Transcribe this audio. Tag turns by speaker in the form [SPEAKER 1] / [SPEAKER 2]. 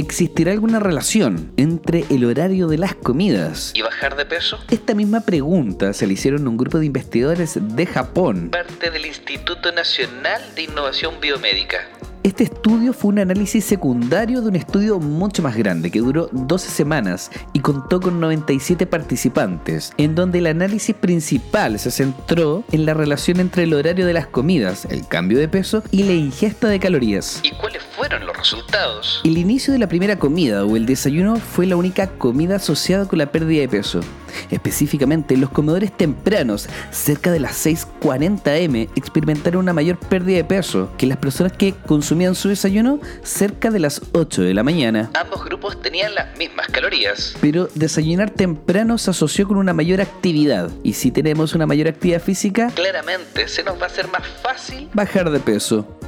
[SPEAKER 1] ¿Existirá alguna relación entre el horario de las comidas?
[SPEAKER 2] ¿Y bajar de peso?
[SPEAKER 1] Esta misma pregunta se le hicieron a un grupo de investigadores de Japón.
[SPEAKER 2] Parte del Instituto Nacional de Innovación Biomédica.
[SPEAKER 1] Este estudio fue un análisis secundario de un estudio mucho más grande que duró 12 semanas y contó con 97 participantes, en donde el análisis principal se centró en la relación entre el horario de las comidas, el cambio de peso y la ingesta de calorías.
[SPEAKER 2] ¿Y cuáles fueron los resultados?
[SPEAKER 1] El inicio de la primera comida o el desayuno fue la única comida asociada con la pérdida de peso. Específicamente, los comedores tempranos, cerca de las 6.40 m, experimentaron una mayor pérdida de peso que las personas que consumían su desayuno cerca de las 8 de la mañana.
[SPEAKER 2] Ambos grupos tenían las mismas calorías.
[SPEAKER 1] Pero desayunar temprano se asoció con una mayor actividad. Y si tenemos una mayor actividad física,
[SPEAKER 2] claramente se nos va a hacer más fácil
[SPEAKER 1] bajar de peso.